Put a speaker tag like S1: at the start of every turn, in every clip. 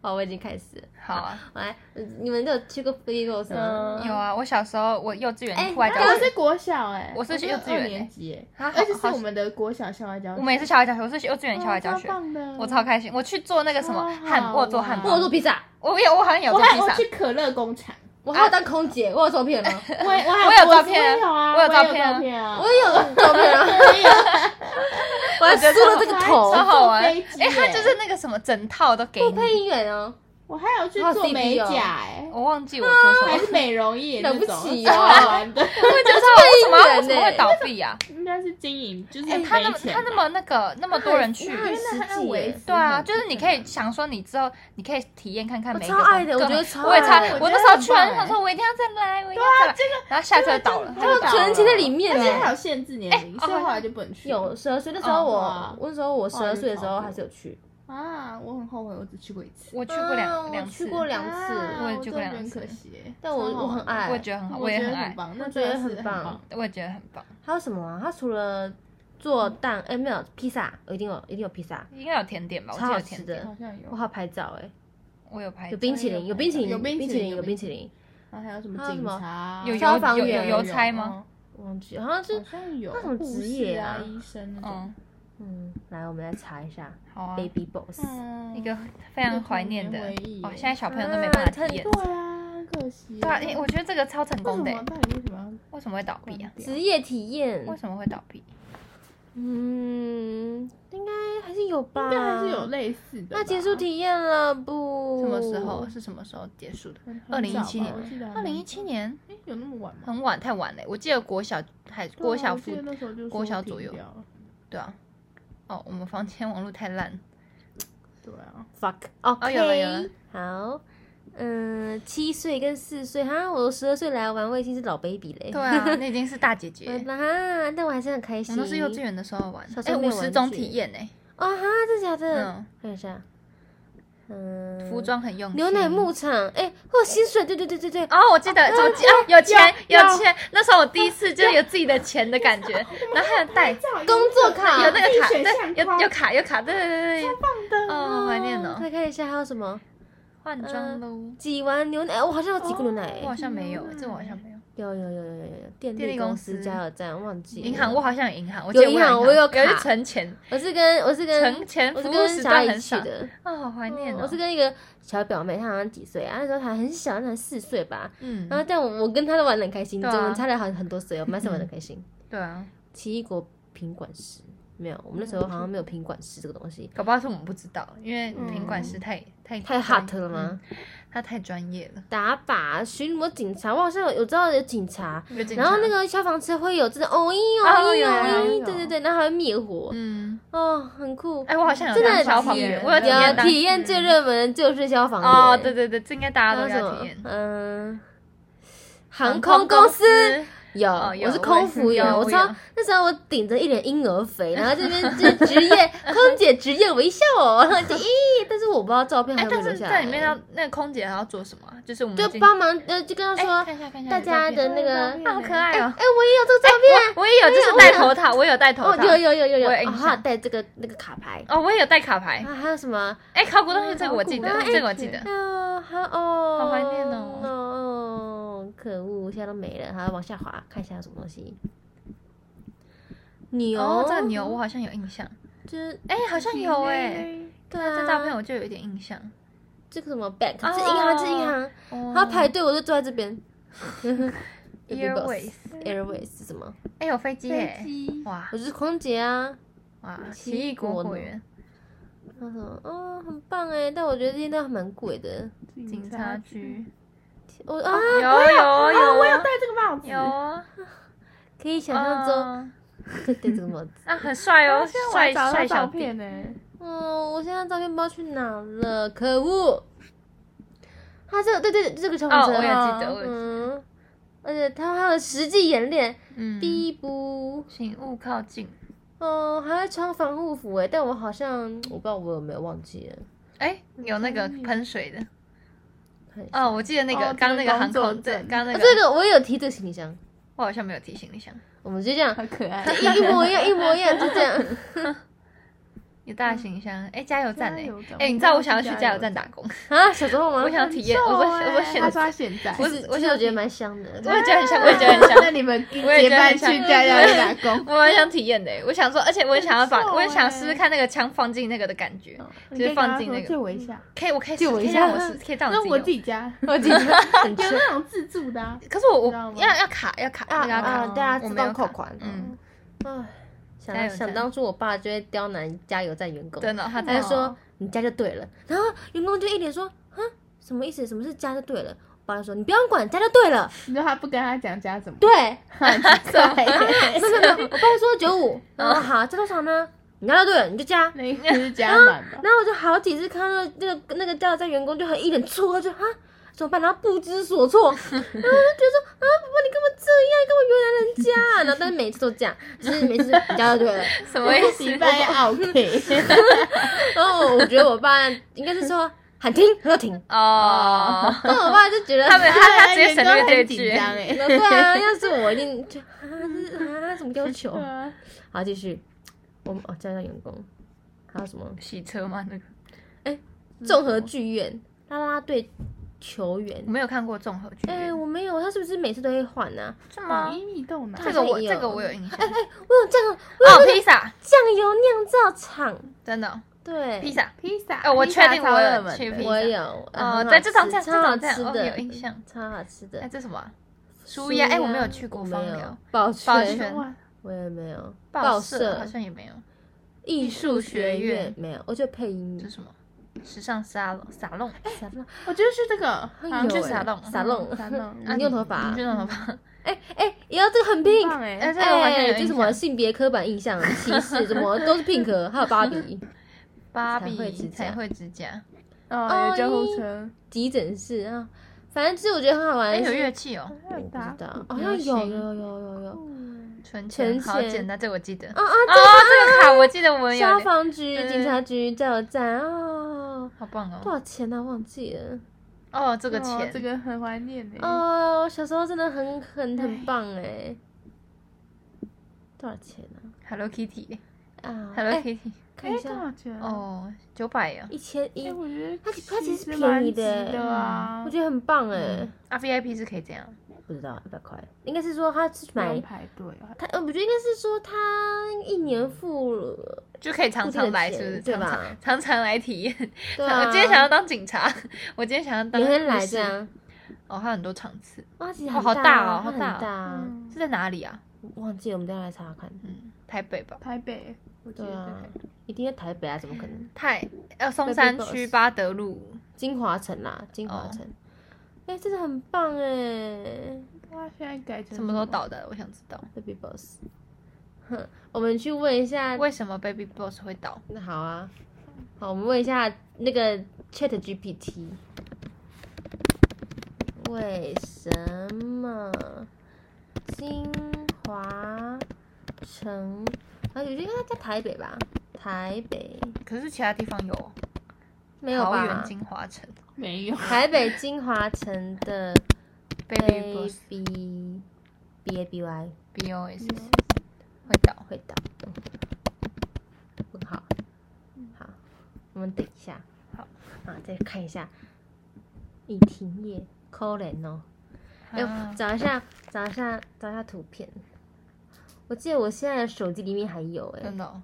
S1: 好，我已经开始。
S2: 好啊，
S1: 我来，呃你们都有去过 Free Girls 吗？
S3: 嗯
S2: 有啊，我小时候我幼稚
S1: 哎
S2: 园户外教
S3: 啊我
S2: 学，
S3: 是国小哎、
S2: 我是去幼稚园
S3: 二
S2: 欸
S3: 年级哎、
S2: 啊好
S3: 而且是
S2: 好
S3: 我们的国小校外教学，
S2: 我们也是校外教学，我是去幼稚园校外
S3: 哦
S2: 教
S3: 超
S2: 学，
S3: 棒的，
S2: 我超开心，我去做那个什么
S3: 超
S2: 汉，
S3: 好
S2: 我有做汉
S1: 我有
S2: 堡
S1: 做，披萨，
S2: 我有，我好像有
S3: 我
S2: 做
S3: 还
S2: 披
S3: 我
S2: 萨，
S3: 去可乐 工厂，
S1: 我还有当空姐，我有照片吗？
S3: 我也我还
S2: 我有照片
S3: 我有啊，
S2: 我有
S3: 有
S2: 照
S3: 照
S2: 片啊
S3: 啊，
S1: 我也有照片啊，我还梳了这个头
S3: 我
S2: 超。好玩。
S3: 坐
S2: 哎
S3: 飞机，耶
S2: 他就是那个什么整套都给
S1: 我配
S2: 你，
S1: 音员哦，
S3: 我还有去
S1: 好
S3: 做
S1: CP
S3: 美
S1: 哦
S3: 甲哎、
S2: 我忘记我做
S3: 还
S2: 什么，
S3: 是美容液
S1: 了
S3: 那
S1: 不
S3: 种，
S1: 起哦
S3: 超好玩的，
S2: 我就知道为什么
S1: 配音员
S2: 为什么会
S1: 呢
S2: 倒闭啊？
S3: 应该是经营，就是
S2: 哎，
S3: 没
S2: 他那么
S3: 钱
S2: 他那么那个那么多人去
S1: 因，为那很
S3: 很
S1: 维
S3: 维
S1: 持
S3: 持。
S2: 对啊，就是你可以想说，你之后你可以体验看看
S1: 我
S2: 每一个
S1: 超爱的
S2: 各
S1: 我觉得
S2: 行
S1: 超
S2: 我也
S1: 爱的
S2: 我
S3: 我
S2: 那
S3: 觉得
S2: 时候
S3: 很
S2: 去完
S3: 棒
S2: 想
S3: 哎啊
S2: 说，我一定要再来，我一定要再来。然后下车倒了，
S3: 真的
S1: 只能签在里面
S3: 而且还
S1: 呢。
S3: 有限制年龄，
S2: 哎
S3: 所以后来就不能去。
S1: 有十二岁那时候我
S3: 哦，
S1: 我那时候我十二岁的时候还是有去，
S3: 啊，我很后悔，我只去过一次，
S2: 我去过
S1: 啊
S2: 两
S1: 我
S2: 两次，
S1: 去过两
S3: 啊
S1: 次，
S2: 我也
S3: 我
S2: 去过两
S3: 真的
S2: 次
S3: 觉得很可惜耶。
S1: 但我
S3: 超好
S1: 我
S3: 玩
S1: 很，爱，
S2: 我也觉得很好，
S3: 嗯我
S2: 也
S3: 觉得
S2: 很爱
S3: 很，棒，那
S1: 我
S3: 真
S1: 觉得
S3: 的是
S1: 很
S3: 很
S1: 棒
S3: 棒。
S2: 我也觉得很棒。
S1: 还有什么啊？它除了做蛋，哎、没有披萨，一定有，一定有披萨，
S2: 应该有甜点吧？我
S1: 超
S2: 记得
S1: 好
S2: 有
S1: 吃
S2: 甜点，
S1: 的
S3: 好。像有
S1: 我，好拍照哎、
S2: 我有拍
S1: 有冰淇淋，有冰淇淋，
S3: 有冰淇淋
S1: 有
S3: 有
S1: 冰
S3: 冰
S1: 淇淋，
S3: 然后还有什
S1: 还有
S3: 么
S1: 什
S3: 警
S1: 么
S3: 察、
S2: 有
S1: 消
S2: 邮
S1: 防
S2: 有
S1: 员
S2: 有邮差吗？
S3: 嗯？
S1: 忘记好像是
S3: 好像有
S1: 那什么
S3: 护
S1: 职业
S3: 士
S1: 啊
S3: 啊、医生那种。
S2: 嗯，
S1: 嗯，来我们来查一下、
S2: 好啊，
S1: Baby Boss，、
S3: 嗯
S2: 一个非常怀念的
S3: 一个童年回忆
S2: 哦，现在小朋友都没办法体验。
S3: 对啊，很可惜。
S2: 对啊，因为我觉得这个超成功的欸
S3: 为什，么到底为什么
S2: 为什么会倒闭啊？
S1: 职业体验，
S2: 为什么会倒闭？
S1: 嗯，应该还是有吧，
S2: 啊
S3: 要？应该啊还是有。类似的吧。
S1: 那结束体验了不？
S2: 什么时候？是什么时候结束的？
S3: 哦很
S2: 2017年
S3: 很早吧我记得还
S2: 二
S3: 蛮
S2: 零一七年，
S3: 哎有那么晚吗？
S2: 很晚，太晚了。欸我记得国小还
S3: 对啊
S2: 国嗯小
S3: 我记
S2: 附
S3: 得那时候就说
S2: 国小
S3: 停
S2: 左右
S3: 掉了
S2: 对啊。哦，我们房间网络太烂。
S3: 对啊，
S1: fuck。OK，、
S2: 哦有了有了
S1: 好，嗯，七岁跟四岁，哈，我十二岁来玩，我已经是老 baby 嘞。
S2: 对啊， 那已经是大姐 姐
S1: 我。哈，但我还是很开
S2: 我
S1: 心。
S2: 们都是幼稚园的时候玩
S1: 小，时
S2: 哎，
S1: 候没
S2: 五
S1: 有
S2: 十
S1: 玩
S2: 种
S1: 具
S2: 体验哎，
S1: 啊哈，真的假的？哎
S2: 嗯，
S1: 看一下，啊嗯，
S2: 服、装很用心。
S1: 牛奶牧场，哎、会有薪水，对对对对对，
S2: 哦，我记得手机啊，有钱有
S3: 有
S2: 钱，那时候我第一
S1: 啊
S2: 次就有自己的钱的感觉，然后还有带
S1: 工作卡
S2: 有那个卡，
S3: 自己选
S2: 对，
S3: 相框
S2: 有有卡有卡，对对对对，
S3: 的
S2: 哦，好怀念哦，
S1: 再看一下还有什么？
S2: 换
S1: 呃
S2: 装喽，
S1: 挤完牛奶，我好像有挤过牛奶、哎
S2: 我好像没有
S3: 牛，奶
S2: 这我好像没有，
S1: 有有有有有有，电
S2: 电
S1: 力
S2: 力
S1: 公
S2: 公
S1: 司
S2: 司
S1: 加油站忘记了
S2: 银行我好像有银行，我
S1: 有
S2: 记得
S1: 银
S2: 我
S1: 行
S2: 有
S1: 我有
S2: 有去
S1: 卡
S2: 存钱，
S1: 我是跟我是跟
S2: 存钱
S1: 我
S2: 服
S1: 是
S2: 务
S1: 跟
S2: 时
S1: 小
S2: 段
S1: 一
S2: 很
S1: 起
S2: 少
S1: 的，
S2: 啊，好怀念
S1: 嗯
S2: 哦，
S1: 我是跟一个小表妹，她好像几岁啊？那时候她很小，那才四岁吧。
S2: 嗯
S1: 然，后但我我跟她都玩的很开心，
S2: 对啊
S1: 我们差了很很多岁，我们还是玩的开心。
S2: 对啊，
S1: 奇异果品管师没有，我们那时候好像没有品管师这个东西，
S2: 搞不好是我们不知道，因为品管师太太
S1: 嗯太 hot 了
S2: 嗯
S1: 吗？
S2: 他太专业了，
S1: 打靶、巡逻、警察，我好像有有知道有警察，
S2: 有警
S1: 嗯
S2: 察
S1: 然后那个消防车会有这种哦咦
S2: 哦
S1: 哦咦
S2: 有
S1: 哦
S3: 有
S1: 咦，
S3: 有
S1: 对对对，然后还会灭火，
S2: 嗯，
S1: 哦，很酷。
S2: 哎，我好像有
S1: 真的
S2: 当
S1: 很
S2: 消防
S1: 体
S2: 员，
S3: 验
S2: 我有体验
S1: 有
S2: 当
S1: 体验最热门的就是消防员
S2: 哦，对对对，这应该大
S1: 还有什
S2: 家都要体
S1: 么
S2: 验？。
S1: 嗯，航空公司有，
S2: 哦有
S1: 我是空服员，
S2: 我也
S1: 我
S2: 是有我
S1: 超
S2: 有
S1: 那时候我顶着一脸婴儿肥，然后这边这职 业空姐职业微笑哦，然后就咦，但是我不知道照片还
S2: 哎
S1: 有，没有
S2: 但
S1: 留
S2: 是
S1: 下
S2: 在
S1: 来，
S2: 里面要那个空姐还要做什么啊？就是我们
S1: 就
S2: 进
S1: 帮忙呃，就跟他
S2: 哎
S1: 说，
S2: 看一下看一下
S1: 大家
S2: 有照片
S1: 的那个
S3: 照片
S2: 啊，好可爱哦！
S1: 哎，我也有这个照片。
S2: 我也有，就是戴头套，我有戴头
S1: 哦，
S2: 套，
S1: 有有有有有，
S2: 我有印
S1: 哦
S2: 象
S1: 还有带这个那个卡牌，
S2: 哦，我也有戴卡牌。
S1: 啊，还有什么？
S2: 哎，考古东西这个我记得
S1: 考，古
S2: 这个我记得。
S1: 啊，还有哦，
S2: 好怀念哦
S1: 哦，可恶，现在都没了，还要往下滑，看一下有什么东西。牛，
S2: 哦，这个牛我好像有印象。
S1: 这
S2: 哎，好像有哎，，
S1: 对啊，
S2: 这照片我就有一点印象。
S1: 这个什么 bank，
S2: 哦
S1: 这银行，这银行，
S2: 哦
S1: 他排队，我就坐在这边。
S2: Airways
S1: Airways 是什么？
S2: 哎，有飞机
S3: 飞
S2: 哎！
S3: 机，
S2: 哇
S1: 我就是空姐啊。
S2: 哇，
S1: 奇
S2: 奇
S1: 异
S2: 异果
S1: 果
S2: 果
S1: 呢
S2: 园，
S1: 他说，哦，很棒哎，但我觉得这些都还蛮贵的。
S2: 警察局，
S1: 我啊，
S2: 有
S3: 哦
S2: 有有，我有
S3: 戴这个帽子，
S2: 有啊，
S1: 可以想象中，
S3: 哦
S2: 嗯
S1: 对这个帽子。
S2: 啊，很帅哦，帅
S3: 找
S2: 帅
S3: 到
S2: 小
S3: 照
S2: 弟
S3: 片。呢，
S1: 哦，我现在照片不知道去哪了，可恶！他这个对对对，这个消
S2: 哦，
S1: 防车，
S2: 我也记得，我也记得
S1: 嗯，而且他还有实际演练，
S2: 嗯，
S1: 第一步，
S2: 请勿靠近。
S1: 哦，还要穿防护服哎，但我好像我不知道我有没有忘记了，啊
S2: 哎，有那个喷水的
S1: 看一下
S2: 哦，我记得那个
S3: 哦
S2: 刚那个航
S3: 这个工
S2: 空
S3: 作
S2: 对，
S3: 证
S2: 刚那
S1: 啊
S2: 个
S1: 这个我也有提这个行李箱，
S2: 我好像没有提行李箱。
S1: 我们就这样
S3: 好可爱。
S1: 一一模一样，一模一样，就这样。
S2: 有大形象，哎，加油站哎
S3: 加油站，
S2: 哎，
S3: 我
S2: 你
S3: 不
S2: 知道
S3: 知
S2: 我
S3: 道
S2: 想要
S3: 是
S2: 去
S3: 加
S2: 加油
S3: 油
S2: 站
S3: 站
S2: 打工，
S1: 啊，小时候吗？
S2: 我想体验，我我我选
S3: 欸他说他现在，
S2: 我
S3: 我
S1: 其实
S2: 我
S1: 其实
S2: 想
S1: 我觉得蛮香的，
S2: 我也觉得 很像，我也觉得很像，
S3: 那你们
S2: 我也觉
S3: 结
S2: 得
S3: 伴
S2: 很
S3: 去
S2: 像
S3: 加油站打工，
S2: 我蛮想体验的欸。我想说，而且我也想要
S3: 很
S2: 把，
S3: 瘦
S2: 我也想
S3: 欸哦
S2: 试试看那个枪放进那个的感觉。
S3: 你可以
S2: 就是放进那个
S3: 跟他说借嗯我一下，嗯
S2: 可以，我可以试，
S1: 借我
S2: 可
S1: 一
S2: 以
S1: 下
S2: 让我试，可以让
S3: 那我
S2: 我
S3: 自
S2: 自己
S3: 己家
S1: 我觉得 很
S3: 有
S1: 香
S3: 那种自助的啊，
S2: 用。可是我我
S3: 知道吗
S2: 要要卡要卡
S1: 啊
S2: 那个要
S1: 啊！
S2: 卡，
S1: 对啊，
S2: 我
S1: 自
S2: 没有
S1: 动扣
S2: 卡，
S1: 款，
S2: 嗯，
S1: 唉
S2: 加
S1: 想
S2: 油站
S1: 想当初我爸就会刁难加油站员工，
S2: 真的，他
S1: 嗯他
S2: 他
S1: 就说你加就对了，然后员工就一脸说，哼，什么意思？什么是加就对了？我爸就说你不用管，加就对了。
S3: 你说他不跟他讲加怎么？
S1: 对，
S3: 对，
S1: 没有没有， 我爸就说九五，然
S2: 嗯
S1: 后好加多少呢？你加就对了，你就加。
S3: 那应该是加满 吧。
S1: 然后我就好几次看到那个那个加油站员工就很一脸错愕，就啊怎么办？然后不知所 措，然后就觉得说啊，爸爸你干嘛这样？你干嘛原来人家？然后但是每次都这样，就是每次就你加就 对了。
S2: 什么意思？
S3: 西班牙 OK，
S1: 然后我觉得我爸应该是说喊停，他说 停。
S2: 哦，
S1: 然后我爸就觉得
S2: 他们他他直 接省略这
S3: 很
S2: 句
S3: 紧，张哎。
S1: 对啊，要是我一定就啊这啊什么要求
S3: 对？啊
S1: 好，继续，我们哦，加油站员工，还有什么
S2: 洗车吗？那个
S1: 综合剧院啦啦队球员
S2: 我？没有看过综合剧
S1: 哎、
S2: 院，
S1: 我没有，他是不是每次都会换呢、
S2: 是吗？
S3: 统一豆奶，
S2: 这个我
S1: 好像也有
S2: 这个我有印 象。
S1: 我有酱，我有
S2: 哦，
S1: 那个
S2: 披萨，
S1: 酱油酿造厂，
S2: 真的
S1: 对，
S2: 披萨。
S3: 披萨，
S2: 哦我
S3: 披萨
S2: 确定
S3: 超
S2: 我有
S3: 热门
S2: 去
S3: 的
S2: 披萨
S1: 我有，啊
S2: 哦，
S1: 很
S2: 对，
S1: 好
S2: 这种
S1: 吃
S2: 这种这
S1: 超好
S2: 种这
S1: 吃
S2: 种，哦，
S1: 的，
S2: 有印象。
S1: 超好吃的
S2: 哎，。这什么啊？舒压？哎，我没有去过
S1: 我
S2: 芳
S1: 没有
S2: 疗。，
S1: 抱
S2: 抱
S1: 歉，
S2: 歉
S3: 哇，
S1: 我也没有，
S2: 报
S1: 社
S2: 社好像也没有。
S1: 艺术学
S2: 学
S1: 院
S2: 院
S1: 没有，我就配音
S2: 这是什么？时尚沙龙沙龙，
S1: 啥弄
S3: 我觉得是这个，
S1: 哎呦
S2: 去
S1: 喂
S2: 撒弄
S1: 撒弄
S3: 撒弄
S1: 你用头发 啊
S2: 你，去弄 头发。
S1: 哎哎，也要这个很 pink，
S2: 哎，
S3: 哎，
S2: 这个我好像有
S1: 就
S2: 印
S1: 什么
S2: 象。
S1: 性别刻板印象、歧视，什 么都是 pink，还有芭比、
S2: 芭
S1: 彩绘指
S2: 比
S1: 甲
S2: 彩绘指甲，
S3: 哦，有救护车，
S1: 急诊室啊，反正就是我觉得很好
S2: 哎，
S1: 玩。
S2: 有
S1: 是
S2: 乐器哦，
S3: 还
S1: 我
S3: 有
S1: 不
S3: 打
S1: 知道，好
S2: 流
S1: 像有有
S2: 行
S1: 有有有存
S2: 存钱，好
S1: 钱
S2: 简单，这我记得。
S1: 啊
S2: 哦，
S1: 啊！
S2: 这个卡我记得我们嗯有
S1: 消
S2: 聊，
S1: 防局、
S2: 对
S1: 警察局、加油站哦，
S2: 好棒
S1: 多
S2: 哦。
S1: 少钱呢、忘记了。
S2: 哦，这
S3: 这
S2: 个钱，
S3: 这个很怀念呢。哎
S1: 哦，小时候真的很很很棒哎。多少钱呢、
S2: Hello Kitty，
S1: 啊？
S2: Hello
S1: 哎嗯
S2: Kitty，
S1: 看
S3: 哎
S1: 一，
S3: 多
S1: 下，
S3: 少钱？，
S2: 哦，九百呀，
S1: 一千一
S3: 哎，，我觉得
S1: 它其它其实
S3: 实
S1: 便宜
S3: 蛮值
S1: 的
S3: 的啊
S1: 我，觉得很棒哎、
S2: 啊 VIP 是可以这样，
S1: 不知道一百块，应该是说他是
S3: 不
S1: 买
S3: 用排队啊。
S1: 他，呃，我觉得应该是说他一年付了，
S2: 就可以常常来，
S1: 固
S2: 是
S1: 定
S2: 不
S1: 的钱
S2: 是？常
S1: 对吧
S2: 常常常来体验。
S1: 对啊，
S2: 我今天想要当警察， 我今天想要当
S1: 每天
S2: 护
S1: 来
S2: 士
S1: 这。样，
S2: 哦，它很多场次，
S1: 啊哇，其实
S2: 哦
S1: 很
S2: 好大
S1: 它
S2: 哦好
S1: 很
S2: 大哦
S1: 大啊，
S3: 嗯
S2: 是在哪里啊？
S1: 我忘记了，我们再来查查看。
S2: 嗯，台北吧。
S3: 台北，我记
S1: 对
S3: 得
S1: 啊，一定在台北啊，怎么可 能？
S2: 太呃松山
S1: Baby
S2: 区
S1: Boss
S2: 八德路，
S1: 金华城啦，金华
S2: 哦
S1: 城，哎、真的很棒哎
S3: 哇，现在改成
S2: 什么时候？倒的？我想知道
S1: ，Baby Boss。哼，我们去问一下，
S2: 为什么 Baby Boss 会倒。
S1: 那好啊，好，我们问一下那个 Chat GPT，为什么金华城啊？有些应该在台北吧？台北
S2: 可是其他地方有哦，
S1: 没有
S2: 桃园
S1: 吧？
S2: 金华城
S3: 没有，
S1: 台北金华城的
S2: Baby Boss
S1: Baby B A B Y
S2: B O S
S1: 嗯
S2: 会倒。
S1: 会倒，嗯很好，好，我们等一下，
S2: 嗯好，
S1: 啊，再看一下影停业，可怜哦，哎、
S2: 啊
S1: 找一下，找一下，找一下图片，我记得我现在的手机里面还有、哎，
S2: 真的哦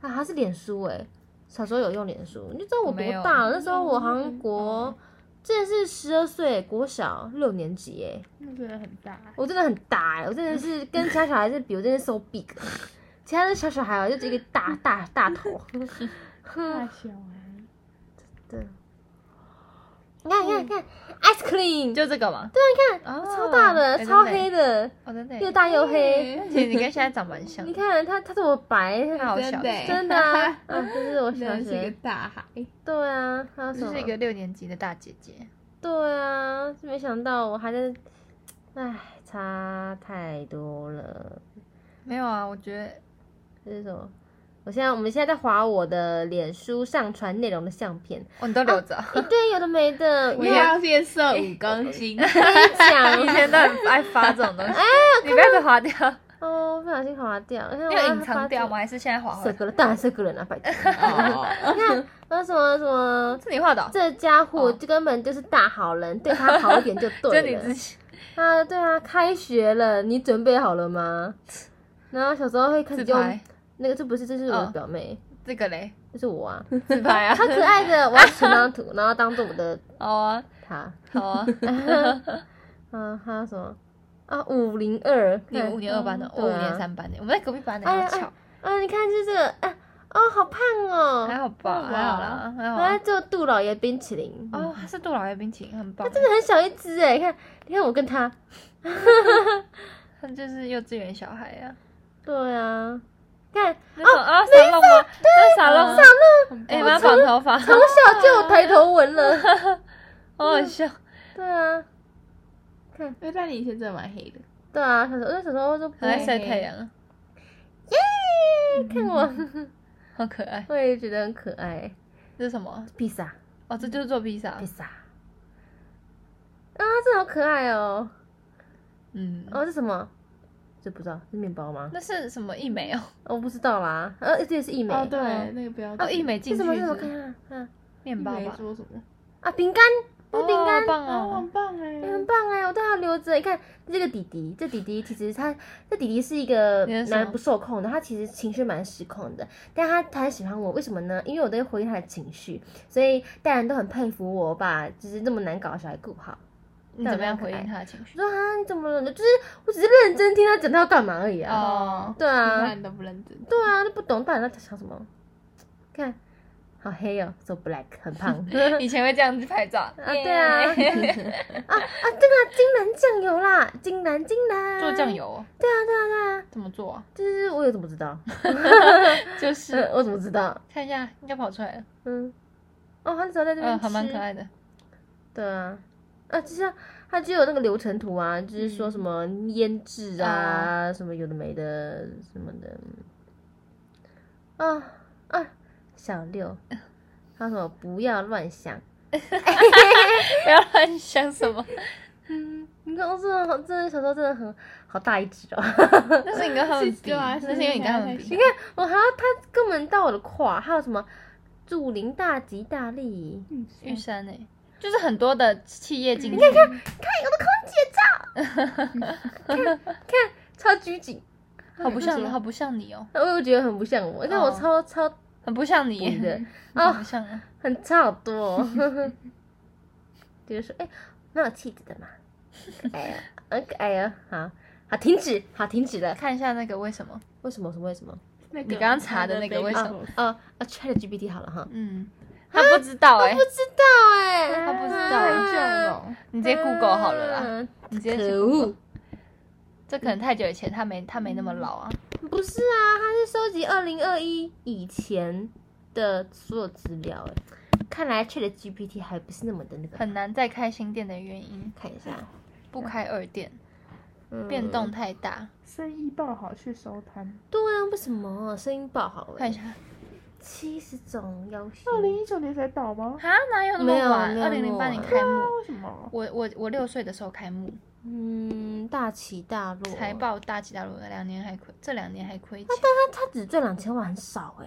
S1: 啊，它是脸书哎、小时候有用脸书，你就知道我
S2: 我没
S1: 多
S2: 有嗯
S1: 大了？那时候我好像国
S2: 哦，
S1: 这是十二岁，国小六年级哎、
S3: 那个很大。
S1: 我真的很大哎、我真的是跟其他小孩子比，我真的是 so big，其他的小小孩啊就是一个大大大头，嗯
S3: 大小哎，
S1: 对。你看，你看，你看，ice cream，
S2: 就这个嘛，
S1: 对，你看，
S2: 哦
S1: 超大的，
S2: 哎
S1: 超
S2: 真的
S1: 黑的，
S2: 哦，真的耶
S1: 又大又黑。
S3: 嗯
S2: 其实你跟现在长蛮像
S1: 你
S2: 的，
S1: 看它，它这么白，
S2: 它哎好哎小
S3: 真的，耶
S1: 真的啊，啊，这是我小
S3: 真的 是个
S1: 学，
S3: 大海。
S1: 对啊，还有什
S2: 就
S1: 么
S2: 是一？个六年级的大姐姐。
S1: 对啊，没想到我还在，唉，差太多了。
S2: 没有啊，我觉得
S1: 这是什么？我现在我们现在在划我的脸书上传内容的相片，
S2: 哦，你都留着哦，
S1: 一堆有的没 的，
S3: 我
S1: 因为我
S3: 要变
S1: 哎
S3: 瘦五公斤。
S1: 跟你讲， 哎
S2: 以前都很爱发这种东西，你不要被划掉。
S1: 哦，不小心划掉，你看
S2: 你
S1: 我
S2: 有隐藏掉吗？？还是现在划 回
S1: 色
S2: 来？
S1: 个人，当然色个人啊，拜托。
S2: 哦，
S1: 你看，呃，什么什么，
S2: 是你画的哦，
S1: 这家伙
S2: 哦
S1: 就根本就是大好人，对他好一点就
S2: 就
S1: 对
S2: 你
S1: 了
S2: 自。己
S1: 啊，对啊，开学了，你准备好了吗？然后小时候会开始
S2: 自
S1: 用
S2: 拍，
S1: 那个，这不是，这是我的
S2: 哦
S1: 表妹，
S2: 这个嘞，
S1: 这是我 啊，
S2: 自拍 啊，
S1: 超可爱的，我要存张图，然后当做我的
S2: 好啊，
S1: 她。
S2: 好啊，
S1: 嗯，还有什么啊？五零二，
S2: 你五年二班的，我哦
S1: 对
S2: 五
S1: 啊
S2: 年三班的，我们在隔壁班的，
S1: 哎
S2: 好
S1: 呀
S2: 巧，
S1: 啊，你看就是这个，啊，哦，好胖哦，
S2: 还好吧，还好啦，还好
S1: 我在
S2: 啊。
S1: 做杜老爷冰淇淋，
S2: 哦，他是杜老爷冰淇淋，很棒，
S1: 真的很小一只哎，你看，你看我跟他，
S2: 他就是幼稚园小孩呀。
S1: 对啊，看
S2: 那种啊，沙龙吗？那沙龙，沙龙，
S3: 很棒
S2: 哎，把它绑头发，
S1: 从小就有抬头纹 了，
S2: 好好笑。
S1: 对啊，
S3: 因为那哎你以前真的蛮黑的，
S1: 对啊，小时候那小时候就不
S2: 很爱晒太阳，啊嗯
S1: 看我，
S2: 好可爱。
S1: 我也觉得很可爱。
S2: 这是什么？
S1: 披萨，
S2: 哦，这就是做披萨
S1: 披。萨，啊，这好可爱哦！
S2: 嗯，
S1: 哦，这什么？这不知道是面包吗？
S2: 那是什么一美哦？
S1: 哦我不知道啦。呃，这也是一美。
S3: 哦，对
S2: 哦，
S3: 那个不要
S2: 哦，一美
S1: 这
S2: 进去
S1: 什么？这什么？
S2: 是
S1: 看看啊
S2: 面包吧？
S3: 说什么？
S1: 啊！饼干，这
S2: 哦
S1: 是饼干
S2: 好。棒
S3: 哦，
S2: 哦
S3: 很！棒哎，
S1: 欸很棒哎、我都要留着。你看这个弟弟，这弟弟其实他，这弟弟是一个
S2: 你是什么
S1: 蛮不受控的，他其实情绪蛮失控的，但他他很喜欢我，为什么呢？因为我都会回应他的情绪，所以大人都很佩服我把就是这么难搞的小孩顾好。
S2: 你怎么样回应他的情绪
S1: 我？说啊，你怎么了？就是我只是认真听他讲他要干嘛而已啊。
S2: 哦，
S1: 对
S3: 不
S1: 啊
S3: 然，你都不认真。
S1: 对啊，都不懂到底在想什么。看，好黑哦，so black，很 胖。啊
S2: 以前会这样子拍照啊？
S1: 对啊
S2: 耶
S1: 啊，这个金兰酱油啦，金兰金兰
S2: 做酱。油哦
S1: 对啊对啊对啊，
S2: 怎么做啊？
S1: 就是我也怎么知 道？
S2: 就是
S1: 嗯，我怎么知道？
S2: 看一下，应该跑出来了。
S1: 嗯，哦，他那时候在这边
S2: 嗯，
S1: 吃，
S2: 还蛮可爱的。
S1: 对啊，啊，其实他就有那个流程图啊，就是
S2: 嗯
S1: 说什么腌制啊，
S2: 哦
S1: 什么有的没的什么的。啊啊，小 六，他说不要乱想。
S2: 不要乱想什么，
S1: 嗯，你看我真的好，真的小时候真的很好大一只哦。
S2: 那是你跟他们比，
S3: 对啊
S2: 那是因为你跟他们比
S3: 你。
S1: 我哦还要他根本到我的胯，还有什么祝您大吉大利。
S3: 嗯，
S2: 玉山呢、就是很多的企业经理，你看
S1: 看超拘谨，
S2: 看，好不像你，好不像你哦，
S1: 我又觉得很不像我，但我
S2: 哦嗯
S1: 超超
S2: 很不像你
S1: 补
S2: 耶，
S1: 的， 哦
S2: 好不像啊，
S1: 很差好多、哦。 就是说，哎、蛮有气质的嘛，可爱啊，很可爱啊。好，好，停止，好，停止了。
S2: 看一下那个为什么？
S1: 为什么？什么？为什么？
S3: 那个
S2: 你刚刚查的那个为什么
S1: 啊啊，Chat GPT 好了哈。
S2: 嗯，他不知道哎、
S1: 不知道哎、
S2: 哦他不知道哦
S3: 太
S1: 啊
S3: 重了，
S2: 你直接 Google 好了啦，
S1: 嗯
S2: 你直接去
S1: 可
S2: Google，
S1: 恶！嗯
S2: 这可能太久以前，他没他没那么老啊，
S1: 不是啊，他是收集二零二一以前的所有资料哎、看来 Chat GPT 还不是那么的那个。
S2: 很难再开新店的原因，
S1: 看一下，
S2: 不开二店，
S1: 嗯
S2: 变动太大，
S3: 生意爆好去收摊。
S1: 对啊，为什么声音爆好
S2: 看
S1: 哎？
S2: 一下
S1: 七十种要求。
S3: 二零一九年才倒吗？
S2: 啊，哪有那
S1: 没有
S2: 么晚？
S1: 没有
S2: 二
S1: 那
S2: 零
S1: 么
S2: 零八
S1: 晚
S2: 年开幕，
S3: 那为什么？
S2: 我我我六岁的时候开幕，
S1: 嗯，大起大落。
S2: 财，报大起大落，两年还亏，这两年还亏 钱，
S1: 但他他只赚两千万，很少哎、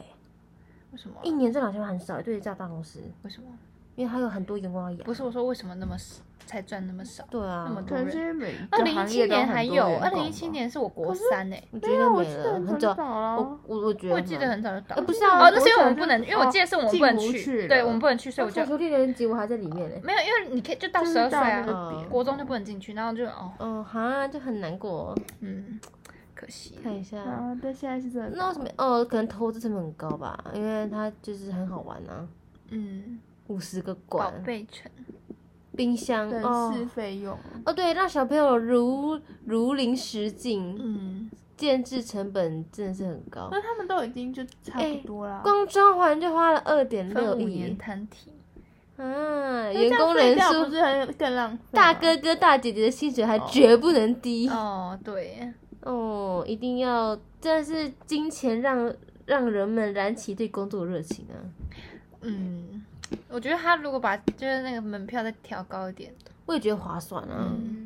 S2: 为什么啊、
S1: 一年赚两千万很少、欸对于这家大公司，
S2: 为什么？
S1: 因为他有很多员工要养。
S2: 不是我说为什么那么少才赚那么少？
S1: 对啊，
S2: 那么多
S3: 可能是因为每个
S2: 二零一
S3: 行
S2: 七
S3: 业都
S2: 年
S3: 很多
S2: 还有，
S3: 员工
S2: 二
S3: 吧
S2: 零一七年是我国三呢、
S1: 我觉
S3: 对
S1: 得
S3: 啊，我
S1: 没
S3: 记得
S1: 了，
S3: 很
S1: 很早。
S3: 早就倒
S1: 我
S3: 了。啊
S1: 我我觉得，
S2: 我记得很早就到
S1: 哎
S2: 了，
S1: 不是啊
S2: 哦，那是因为我们
S3: 国小
S2: 不能，因
S3: 就
S2: 为我记得是我们
S3: 进
S2: 不能
S3: 不去
S2: 去，
S3: 了
S2: 对我们不能去，所以
S1: 我
S2: 我就
S1: 小学六年级我还在里面呢、欸
S2: 没有，因为你可以就到
S3: 就是
S2: 十二岁
S3: 到那
S2: 啊，
S3: 个点
S2: 国中就不能进去，然后就哦，
S1: 哦，哈，就很难过。
S2: 嗯，可惜
S1: 看一下，
S3: 啊，但现在是真的
S1: 那为什么？哦，可能投资成本很高吧，因为它就是很好玩啊，
S2: 嗯，
S1: 五十个
S2: 宝
S1: 馆，
S2: 贝城，
S1: 冰箱哦
S3: 等。是费用，
S1: 哦，对，让小朋友如如临实境，
S2: 嗯，
S1: 建制成本真的是很高。
S3: 那他们都已经就差不多啊啦。
S1: 光装潢就花了二点
S2: 分
S1: 六
S2: 五年
S1: 亿，
S2: 摊体，
S1: 嗯、啊，
S3: 那这
S1: 员
S3: 样
S1: 工人
S3: 废掉不
S1: 数，
S3: 是很更浪费吗？
S1: 大哥哥大姐姐的薪水还绝不能低哦
S2: 哦，对，
S1: 一定要，真的是金钱让让人们燃起对工作的热情啊！
S2: 嗯，我觉得他如果把就是那个门票再调高一点，
S1: 我也觉得划算啊，
S2: 嗯